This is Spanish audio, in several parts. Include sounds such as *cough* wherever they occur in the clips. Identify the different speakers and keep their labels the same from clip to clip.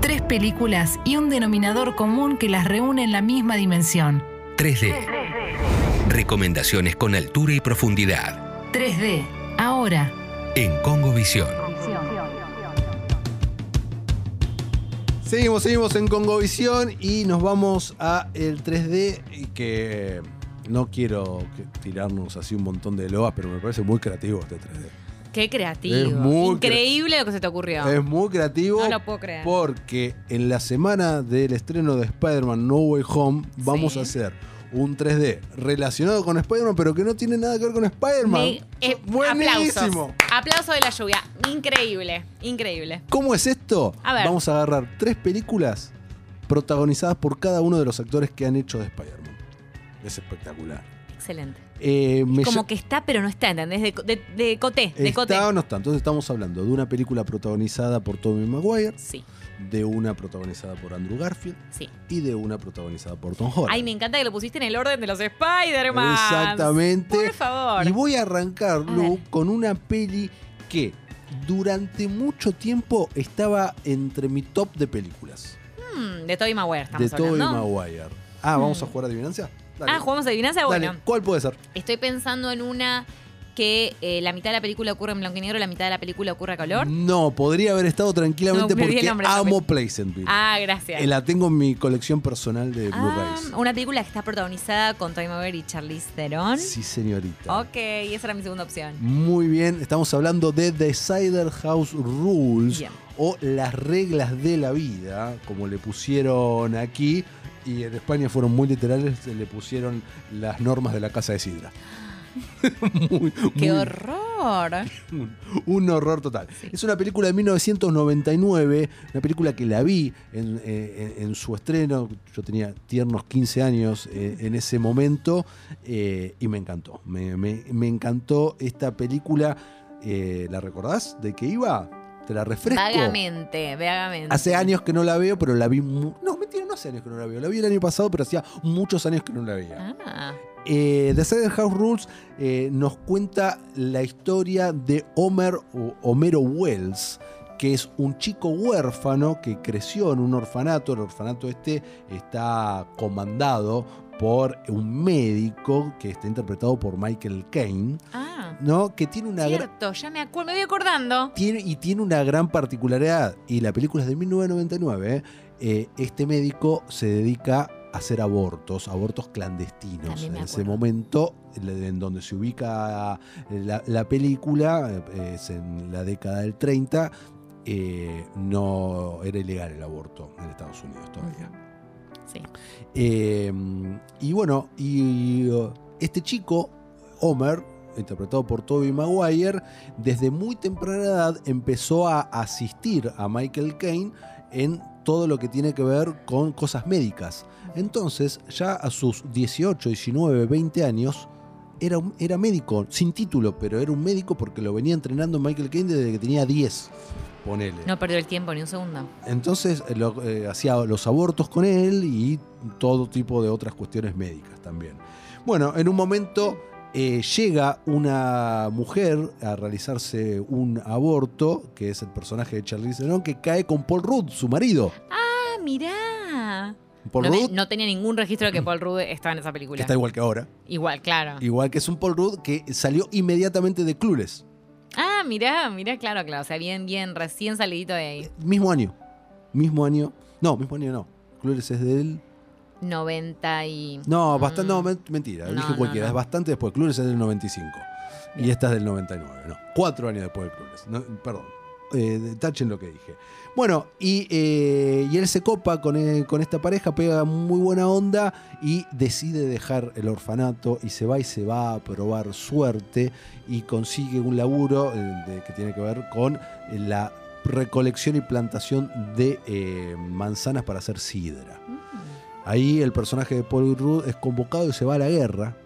Speaker 1: tres películas y un denominador común que las reúne en la misma dimensión.
Speaker 2: 3D. Recomendaciones con altura y profundidad.
Speaker 1: 3D, ahora.
Speaker 2: En Congo Visión.
Speaker 3: Seguimos, seguimos en Congovisión y nos vamos a el 3D y que no quiero que- tirarnos así un montón de loas, pero me parece muy creativo este 3D.
Speaker 4: Qué creativo.
Speaker 3: Es muy
Speaker 4: Increíble lo que se te ocurrió.
Speaker 3: Es muy creativo
Speaker 4: No lo puedo creer.
Speaker 3: porque en la semana del estreno de Spider-Man No Way Home vamos
Speaker 4: Sí.
Speaker 3: a hacer un 3D relacionado con Spider-Man, pero que no tiene nada que ver con Spider-Man.
Speaker 4: Me- eh,
Speaker 3: Buenísimo.
Speaker 4: Aplausos. Aplauso de la lluvia. Increíble. Increíble.
Speaker 3: ¿Cómo es esto?
Speaker 4: A ver.
Speaker 3: Vamos a agarrar tres películas protagonizadas por cada uno de los actores que han hecho de Spider-Man. Es espectacular.
Speaker 4: Excelente.
Speaker 3: Eh, me
Speaker 4: Como
Speaker 3: ll-
Speaker 4: que está, pero no está, ¿entendés? De, de, de coté, de coté.
Speaker 3: Está o no está. Entonces estamos hablando de una película protagonizada por Tobey Maguire,
Speaker 4: Sí,
Speaker 3: de una protagonizada por Andrew Garfield
Speaker 4: sí.
Speaker 3: y de una protagonizada por Tom Holland.
Speaker 4: Ay, me encanta que lo pusiste en el orden de los Spider-Man.
Speaker 3: Exactamente.
Speaker 4: Por favor.
Speaker 3: Y voy a arrancar,
Speaker 4: ver.
Speaker 3: Lu, con una peli que durante mucho tiempo estaba entre mi top de películas.
Speaker 4: Mm, de Tobey Maguire estamos
Speaker 3: de Tobey
Speaker 4: hablando.
Speaker 3: Maguire. Ah, ¿vamos
Speaker 4: Mm.
Speaker 3: a jugar adivinanza? Dale.
Speaker 4: Ah, jugamos adivinanza.
Speaker 3: Dale,
Speaker 4: Bueno,
Speaker 3: ¿cuál puede ser?
Speaker 4: estoy pensando en una que eh, la mitad de la película ocurre en blanco y negro, la mitad de la película ocurre a color.
Speaker 3: No, podría haber estado tranquilamente
Speaker 4: No, me olvidé el
Speaker 3: porque
Speaker 4: nombre de la
Speaker 3: amo Pleasantville.
Speaker 4: Ah, gracias.
Speaker 3: Eh, La tengo en mi colección personal de
Speaker 4: Ah,
Speaker 3: Blu-rays.
Speaker 4: una película que está protagonizada con Tobey Maguire y Charlize Theron.
Speaker 3: Sí, señorita.
Speaker 4: Ok, esa era mi segunda opción.
Speaker 3: Muy bien, estamos hablando de The Cider House Rules
Speaker 4: Bien.
Speaker 3: o las reglas de la vida, como le pusieron aquí. Y en España fueron muy literales, le pusieron las normas de la casa de Sidra. Muy- muy-
Speaker 4: ¡Qué horror!
Speaker 3: un, un horror total. Es una película de 1999, una película que la vi en, eh, en- en su estreno, yo tenía tiernos 15 años eh, en ese momento, eh, y me encantó, me, me- me encantó esta película, Eh, ¿la recordás? ¿De qué iba? ¿Te la refresco?
Speaker 4: Vagamente, vagamente.
Speaker 3: Hace años que no la veo, pero la vi... mu- No, mentira, no hace años que no la veo. La vi el año pasado, pero hacía muchos años que no la veía.
Speaker 4: Ah,
Speaker 3: Eh, The Silent House Rules eh, nos cuenta la historia de Homer o Homero Wells, que es un chico huérfano que creció en un orfanato. El orfanato este está comandado por un médico que está interpretado por Michael Caine,
Speaker 4: ah.
Speaker 3: ¿no? Que tiene una gran
Speaker 4: Cierto, ya me acuerdo, me voy acordando.
Speaker 3: tiene- y tiene una gran particularidad, y la película es de 1999, ¿eh? Eh, este médico se dedica a hacer abortos, abortos clandestinos.
Speaker 4: También
Speaker 3: En
Speaker 4: me
Speaker 3: ese
Speaker 4: acuerdo.
Speaker 3: momento, le- en donde se ubica eh, la, la película, eh, es en la década del 30, eh, no era ilegal el aborto en Estados Unidos todavía.
Speaker 4: Sí.
Speaker 3: Eh, y bueno, y uh, este chico, Homer, interpretado por Toby Maguire, desde muy temprana edad empezó a asistir a Michael Caine en todo lo que tiene que ver con cosas médicas. Entonces, ya a sus 18, 19, 20 años, era, un- era médico, sin título, pero era un médico porque lo venía entrenando Michael Caine desde que tenía 10, ponele.
Speaker 4: No perdió el tiempo ni un segundo.
Speaker 3: Entonces eh, lo- eh, hacía los abortos con él y todo tipo de otras cuestiones médicas también. Bueno, en un momento eh, llega una mujer a realizarse un aborto, que es el personaje de Charlize Theron, que cae con Paul Rudd, su marido.
Speaker 4: Ah, mirá.
Speaker 3: Paul
Speaker 4: no, me-
Speaker 3: Rudd,
Speaker 4: no tenía ningún registro de que Paul Rudd estaba en esa
Speaker 3: que
Speaker 4: película.
Speaker 3: está igual que ahora.
Speaker 4: Igual, claro.
Speaker 3: Igual que es un Paul Rudd que salió inmediatamente de Clueless.
Speaker 4: Ah, mirá, mirá, claro, claro. O sea, bien, bien, recién salidito de ahí.
Speaker 3: Mismo año. Mismo año. No, mismo año no. Clueless es del
Speaker 4: 90 y...
Speaker 3: No, bastante, no,
Speaker 4: Mm.
Speaker 3: men- mentira,
Speaker 4: No,
Speaker 3: dije
Speaker 4: no,
Speaker 3: cualquiera,
Speaker 4: no.
Speaker 3: es bastante después. Clueless es del 95 y esta es del 99, no, cuatro años después de Clueless, No, perdón, eh, tachen lo que dije. Bueno, y, eh, y él se copa con, eh, con esta pareja, pega muy buena onda y decide dejar el orfanato y se va y se va a probar suerte y consigue un laburo eh, de- que tiene que ver con la recolección y plantación de eh, manzanas para hacer sidra.
Speaker 4: Mm.
Speaker 3: Ahí el personaje de Paul Rudd es convocado y se va a la guerra.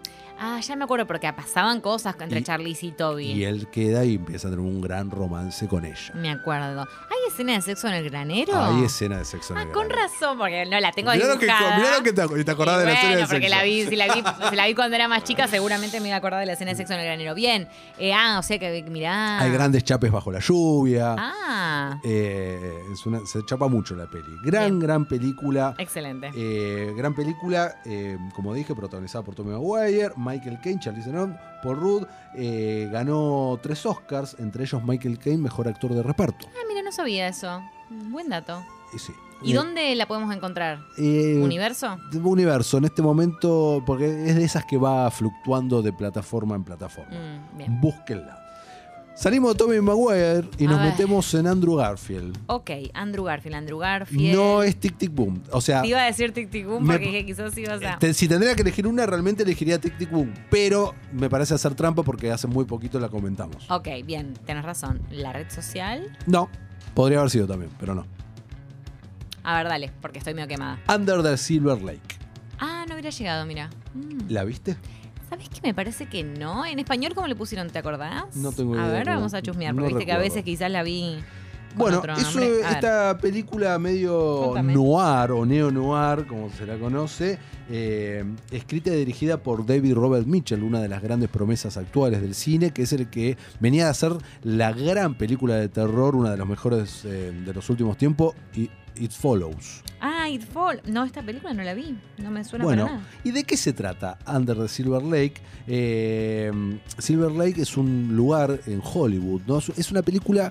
Speaker 4: Ah, ya me acuerdo, porque pasaban cosas entre
Speaker 3: Y-
Speaker 4: Charlize y Toby.
Speaker 3: Y él queda y empieza a tener un gran romance con ella.
Speaker 4: Me acuerdo. ¿Hay escena de sexo en el granero?
Speaker 3: Hay escena de sexo en
Speaker 4: Ah,
Speaker 3: el
Speaker 4: con
Speaker 3: granero.
Speaker 4: razón, porque no la tengo
Speaker 3: Mirá lo que,
Speaker 4: dibujada.
Speaker 3: mirá lo que te, ac- te acordás
Speaker 4: Y
Speaker 3: de la
Speaker 4: bueno,
Speaker 3: escena de
Speaker 4: porque
Speaker 3: sexo.
Speaker 4: la vi, si
Speaker 3: *laughs*
Speaker 4: la vi, si la vi cuando era más chica, seguramente me iba a acordar de la escena de sexo en el granero. Bien. Eh, ah, o sea que mirá.
Speaker 3: Hay grandes chapes bajo la lluvia.
Speaker 4: Ah,
Speaker 3: Eh, es una- se chapa mucho la peli. Gran,
Speaker 4: Bien.
Speaker 3: gran película.
Speaker 4: excelente.
Speaker 3: Eh, gran película, eh, como dije, protagonizada por Tommy Maguire, Michael Caine, Charlize Theron, Paul Rudd. eh, ganó tres Oscars, entre ellos Michael Caine, mejor actor de reparto.
Speaker 4: Ah, mira, no sabía eso. Buen dato.
Speaker 3: Y sí.
Speaker 4: ¿Y
Speaker 3: Eh,
Speaker 4: dónde la podemos encontrar?
Speaker 3: eh,
Speaker 4: ¿Universo?
Speaker 3: de universo, en este momento, porque es de esas que va fluctuando de plataforma en plataforma.
Speaker 4: Mm, bien.
Speaker 3: Búsquenla. Salimos de Tommy Maguire y
Speaker 4: A
Speaker 3: nos
Speaker 4: ver.
Speaker 3: metemos en Andrew Garfield.
Speaker 4: Ok, Andrew Garfield, Andrew Garfield.
Speaker 3: No es Tic Tic Boom. O sea,
Speaker 4: Te iba a decir Tic Tic Boom
Speaker 3: Me- este-
Speaker 4: porque dije, quizás ibas a.
Speaker 3: Te- si tendría que elegir una, realmente elegiría Tic Tic Boom. Pero me parece hacer trampa porque hace muy poquito la comentamos.
Speaker 4: Ok, bien, tenés razón. La red social.
Speaker 3: No, podría haber sido también, pero no.
Speaker 4: A ver, dale, porque estoy medio quemada.
Speaker 3: Under the Silver Lake.
Speaker 4: Ah, no hubiera llegado, mira. Mm.
Speaker 3: ¿La viste?
Speaker 4: ¿Sabés que me parece que no? ¿En español cómo le pusieron? ¿Te acordás?
Speaker 3: No tengo idea
Speaker 4: A ver,
Speaker 3: cómo-
Speaker 4: vamos a chusmear,
Speaker 3: no
Speaker 4: porque viste que a
Speaker 3: recuerdo.
Speaker 4: veces quizás la vi. con
Speaker 3: Bueno,
Speaker 4: otro
Speaker 3: eso,
Speaker 4: nombre. A ver.
Speaker 3: esta película medio
Speaker 4: Contame.
Speaker 3: noir o neo-noir, como se la conoce, eh, escrita y dirigida por David Robert Mitchell, una de las grandes promesas actuales del cine, que es el que venía de hacer la gran película de terror, una de las mejores eh, de los últimos tiempos, y It Follows.
Speaker 4: Ah, It Fall. No, esta película no la vi. No me suena
Speaker 3: Bueno,
Speaker 4: para nada.
Speaker 3: ¿y de qué se trata Under the Silver Lake? Eh, Silver Lake es un lugar en Hollywood, ¿no? Es- Es una película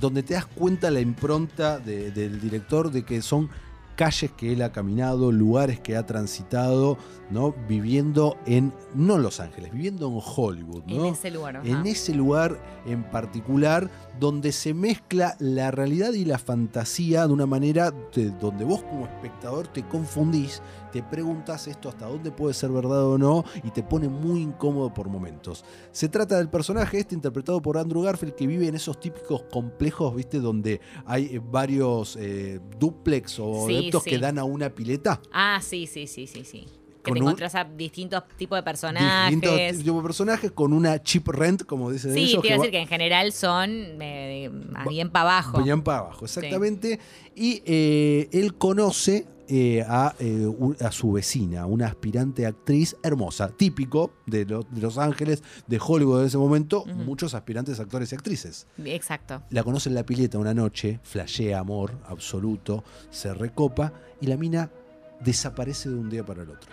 Speaker 3: donde te das cuenta la impronta de- del director de que son calles que él ha caminado, lugares que ha transitado, ¿no? Viviendo en, no en Los Ángeles, viviendo en Hollywood, ¿no?
Speaker 4: En ese lugar. ajá.
Speaker 3: en ese lugar en particular donde se mezcla la realidad y la fantasía de una manera de- donde vos como espectador te confundís, te preguntas esto hasta dónde puede ser verdad o no y te pone muy incómodo por momentos. Se trata del personaje este interpretado por Andrew Garfield que vive en esos típicos complejos, viste, donde hay eh, varios eh, duplex o
Speaker 4: Sí,
Speaker 3: adeptos
Speaker 4: sí.
Speaker 3: que dan a una pileta.
Speaker 4: Ah, sí, sí, sí, sí, sí. Que
Speaker 3: Con
Speaker 4: te
Speaker 3: un-
Speaker 4: encontrás a distintos tipos de
Speaker 3: Distintos
Speaker 4: personajes.
Speaker 3: tipos de personajes con una cheap rent, como dicen
Speaker 4: Sí,
Speaker 3: ellos.
Speaker 4: te iba
Speaker 3: que
Speaker 4: a
Speaker 3: va-
Speaker 4: decir que en general son eh, bien para abajo.
Speaker 3: Peñán para abajo, exactamente. Y eh, él conoce eh, a, eh, u- a su vecina, una aspirante actriz hermosa, típico de, lo- de Los Ángeles, de Hollywood de ese momento,
Speaker 4: Ujú.
Speaker 3: muchos aspirantes actores y actrices.
Speaker 4: Exacto.
Speaker 3: La conoce en la pileta una noche, flashea amor absoluto, se recopa y la mina desaparece de un día para el otro.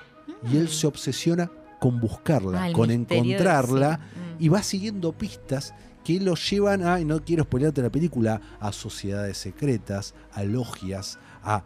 Speaker 3: Y él se obsesiona con buscarla,
Speaker 4: Mm. Ah, el
Speaker 3: con
Speaker 4: misterio de-
Speaker 3: encontrarla
Speaker 4: sí. Mm.
Speaker 3: y va siguiendo pistas que lo llevan a, y no quiero spoilearte la película, a sociedades secretas, a logias, a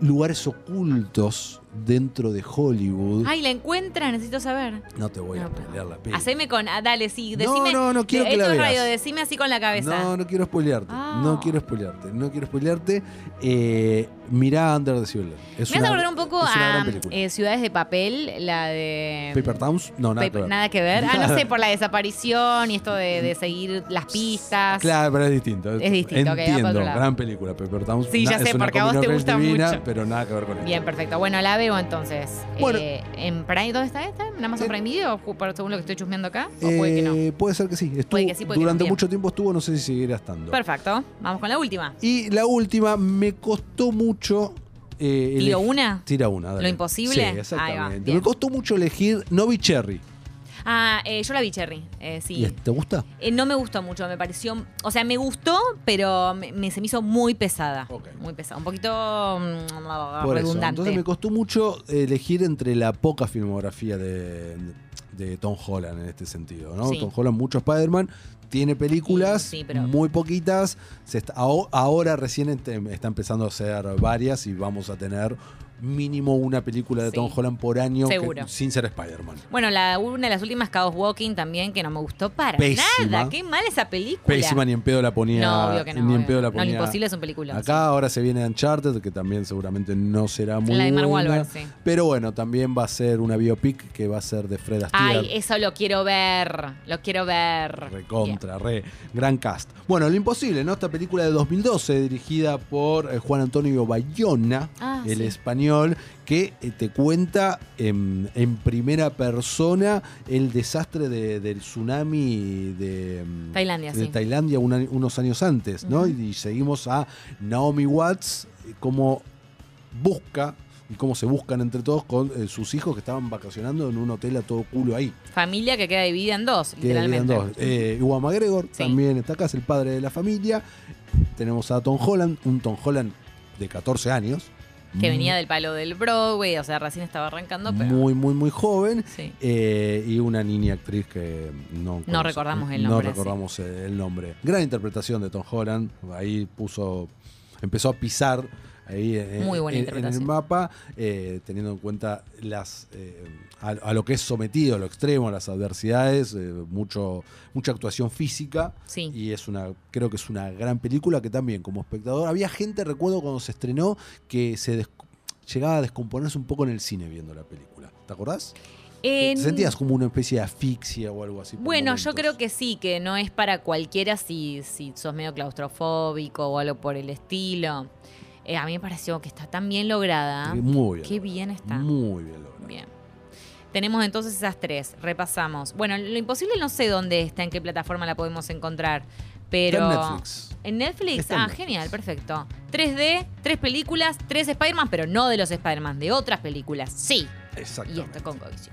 Speaker 3: lugares ocultos dentro de Hollywood.
Speaker 4: Mm. Ay, la encuentra, necesito saber.
Speaker 3: no te voy a
Speaker 4: no,
Speaker 3: spoilear la película.
Speaker 4: Haceme con. ah, dale, sí,
Speaker 3: No,
Speaker 4: decime.
Speaker 3: no, no quiero
Speaker 4: de-
Speaker 3: que la
Speaker 4: esto es
Speaker 3: veas.
Speaker 4: radio, decime así con la cabeza.
Speaker 3: No, no quiero spoilearte. No
Speaker 4: Ah.
Speaker 3: quiero spoilearte. No quiero spoilearte. Eh, mirá Under the Silver. Lake. Es
Speaker 4: Me vas
Speaker 3: una-
Speaker 4: a acordar un poco
Speaker 3: es una
Speaker 4: a
Speaker 3: gran película.
Speaker 4: eh, Ciudades de Papel, la de. mm,
Speaker 3: Paper Towns. No, nada.
Speaker 4: Paper-
Speaker 3: que ver.
Speaker 4: nada que ver. Ah,
Speaker 3: *laughs*
Speaker 4: no sé, por la desaparición y esto de, de seguir las pistas.
Speaker 3: Claro, pero es distinto.
Speaker 4: Es distinto, ok, va para otro
Speaker 3: Entiendo.
Speaker 4: lado.
Speaker 3: gran película, Paper Towns.
Speaker 4: Sí,
Speaker 3: Na-
Speaker 4: ya sé,
Speaker 3: es una
Speaker 4: porque a vos te
Speaker 3: combinación
Speaker 4: gusta
Speaker 3: divina,
Speaker 4: mucho.
Speaker 3: Pero nada que ver con esto.
Speaker 4: Bien, perfecto. Bueno, la veo entonces.
Speaker 3: Bueno.
Speaker 4: Eh, en Prime, ¿dónde está esta? ¿En Amazon
Speaker 3: Eh.
Speaker 4: Prime Video? O, por- según lo que estoy chusmeando acá. ¿O puede que no?
Speaker 3: Eh, puede ser que sí. Estuvo,
Speaker 4: Puede que sí, puede que no.
Speaker 3: durante
Speaker 4: Bien.
Speaker 3: mucho tiempo estuvo, no sé si seguirá estando.
Speaker 4: Perfecto. Vamos con la última.
Speaker 3: Y la última, me costó mucho. eh,
Speaker 4: ¿Tiro
Speaker 3: eleg-
Speaker 4: una?
Speaker 3: Tira una, dale.
Speaker 4: ¿Lo imposible?
Speaker 3: Sí,
Speaker 4: Ahí va,
Speaker 3: exactamente.
Speaker 4: bien.
Speaker 3: me costó mucho elegir Novi Cherry.
Speaker 4: Ah, eh, yo la vi, Cherry. Eh, sí.
Speaker 3: ¿Y este ¿Te gusta?
Speaker 4: Eh, no me gustó mucho, me pareció. O sea, me gustó, pero me, me- se me hizo muy pesada.
Speaker 3: Ok.
Speaker 4: Muy pesada. Un poquito mm,
Speaker 3: Por eso.
Speaker 4: redundante.
Speaker 3: Entonces me costó mucho elegir entre la poca filmografía de, de Tom Holland en este sentido. ¿no?
Speaker 4: Sí.
Speaker 3: Tom Holland, mucho Spider-Man, tiene películas,
Speaker 4: Sí, sí, pero-
Speaker 3: muy poquitas. Se está- aho- ahora recién ent- está empezando a hacer varias y vamos a tener mínimo una película de
Speaker 4: Sí.
Speaker 3: Tom Holland por año que-
Speaker 4: Seguro.
Speaker 3: sin ser Spider-Man.
Speaker 4: Bueno, la, una de las últimas, Chaos Walking, también, que no me gustó para
Speaker 3: Pésima.
Speaker 4: nada. Qué mal esa película.
Speaker 3: Pésima, ni en pedo la ponía.
Speaker 4: no, obvio que no.
Speaker 3: Ni en
Speaker 4: obvio.
Speaker 3: pedo la
Speaker 4: no, lo
Speaker 3: ponía.
Speaker 4: imposible es un película.
Speaker 3: Acá ahora se viene Uncharted, que también seguramente no será muy
Speaker 4: La de Mark
Speaker 3: buena.
Speaker 4: Wahlberg, sí.
Speaker 3: Pero bueno, también va a ser una biopic que va a ser de Fred Astaire.
Speaker 4: Ay, eso lo quiero ver. Lo quiero ver.
Speaker 3: Re contra, re gran cast. Bueno, Lo Imposible, ¿no? Esta película de 2012 dirigida por eh, Juan Antonio Bayona.
Speaker 4: Ah,
Speaker 3: el
Speaker 4: sí.
Speaker 3: español, que eh, te cuenta en, en primera persona el desastre de- del tsunami de, mm,
Speaker 4: Tailandia,
Speaker 3: de
Speaker 4: sí.
Speaker 3: Tailandia un año- unos años antes, ¿no?
Speaker 4: Ujú.
Speaker 3: Y, seguimos a Naomi Watts, eh, cómo busca y cómo se buscan entre todos con eh, sus hijos que estaban vacacionando en un hotel a todo culo ahí.
Speaker 4: Familia que queda dividida en dos,
Speaker 3: Que eran
Speaker 4: literalmente.
Speaker 3: dos. Eh, Ewan McGregor
Speaker 4: Sí.
Speaker 3: también está acá, es el padre de la familia. Tenemos a Tom Holland, un Tom Holland de 14 años.
Speaker 4: que venía del palo del Broadway, o sea, recién estaba arrancando, pero.
Speaker 3: mm. Muy, muy, muy joven.
Speaker 4: sí.
Speaker 3: Eh, y una niña actriz que no,
Speaker 4: No
Speaker 3: conoce-
Speaker 4: recordamos el
Speaker 3: No
Speaker 4: nombre,
Speaker 3: recordamos el nombre. Gran interpretación de Tom Holland. Ahí puso. Empezó a pisar ahí en,
Speaker 4: Muy buena
Speaker 3: en- en el
Speaker 4: interpretación.
Speaker 3: mapa, eh, teniendo en cuenta las eh, a, a lo que es sometido, a lo extremo, a las adversidades, eh, mucho, mucha actuación física.
Speaker 4: Sí.
Speaker 3: Y es una, creo que es una gran película que también, como espectador, había gente, recuerdo cuando se estrenó, que se des- llegaba a descomponerse un poco en el cine viendo la película. ¿Te acordás?
Speaker 4: En-
Speaker 3: ¿Sentías como una especie de asfixia o algo así? por
Speaker 4: Bueno, yo
Speaker 3: momentos?
Speaker 4: creo que sí, que no es para cualquiera si, si sos medio claustrofóbico o algo por el estilo. Eh, a mí me pareció que está tan bien lograda.
Speaker 3: Muy bien.
Speaker 4: Qué bien está.
Speaker 3: Muy bien logrado.
Speaker 4: Bien. Tenemos entonces esas tres. Repasamos. Bueno, lo imposible no sé dónde está, en qué plataforma la podemos encontrar. Pero.
Speaker 3: Está en Netflix.
Speaker 4: ¿En Netflix?
Speaker 3: Está en
Speaker 4: ah,
Speaker 3: Netflix.
Speaker 4: genial, perfecto. 3D, tres películas, tres Spider-Man, pero no de los Spider-Man, de otras películas. Sí. Y
Speaker 3: Exacto.
Speaker 4: esto con covisión.